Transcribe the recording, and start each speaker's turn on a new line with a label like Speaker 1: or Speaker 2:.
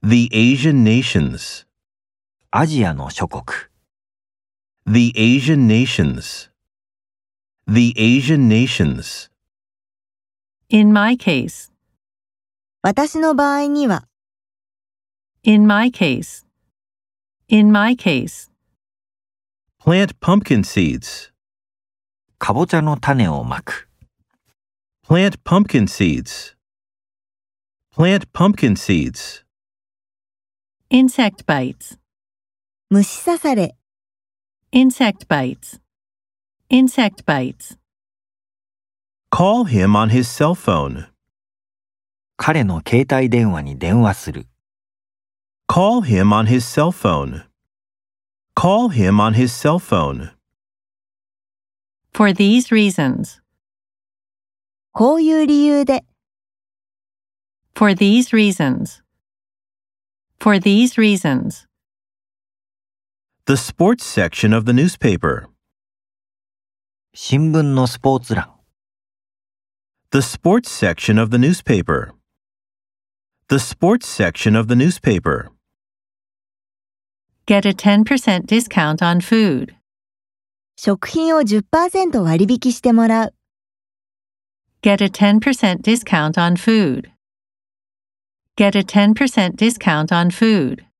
Speaker 1: The Asian nations.
Speaker 2: アジアの諸国、
Speaker 1: The Asian nations. The Asian nations.
Speaker 3: In my case,
Speaker 4: 私の場合には、
Speaker 3: in my case, in my case,
Speaker 1: Plant pumpkin seeds.
Speaker 2: かぼちゃの種をまく、
Speaker 1: Plant pumpkin seeds. Plant pumpkin seeds.
Speaker 3: insect bites,
Speaker 4: 虫刺され、
Speaker 3: insect bites, insect bites,
Speaker 1: Call him on his cell phone.
Speaker 2: 彼の携帯電話に電話する、
Speaker 1: Call him on his cell phone. Call him on his cell phone.
Speaker 3: for these reasons,
Speaker 4: こういう理由で、
Speaker 3: for these reasons, for these reasons,
Speaker 1: The sports section of the newspaper.
Speaker 2: 新聞のスポーツ欄、
Speaker 1: The sports section of the newspaper. The sports section of the newspaper.
Speaker 3: get a 10% discount on food,
Speaker 4: 食品を10%割引してもらう、
Speaker 3: get a 10% discount on food, get a 10% discount on food.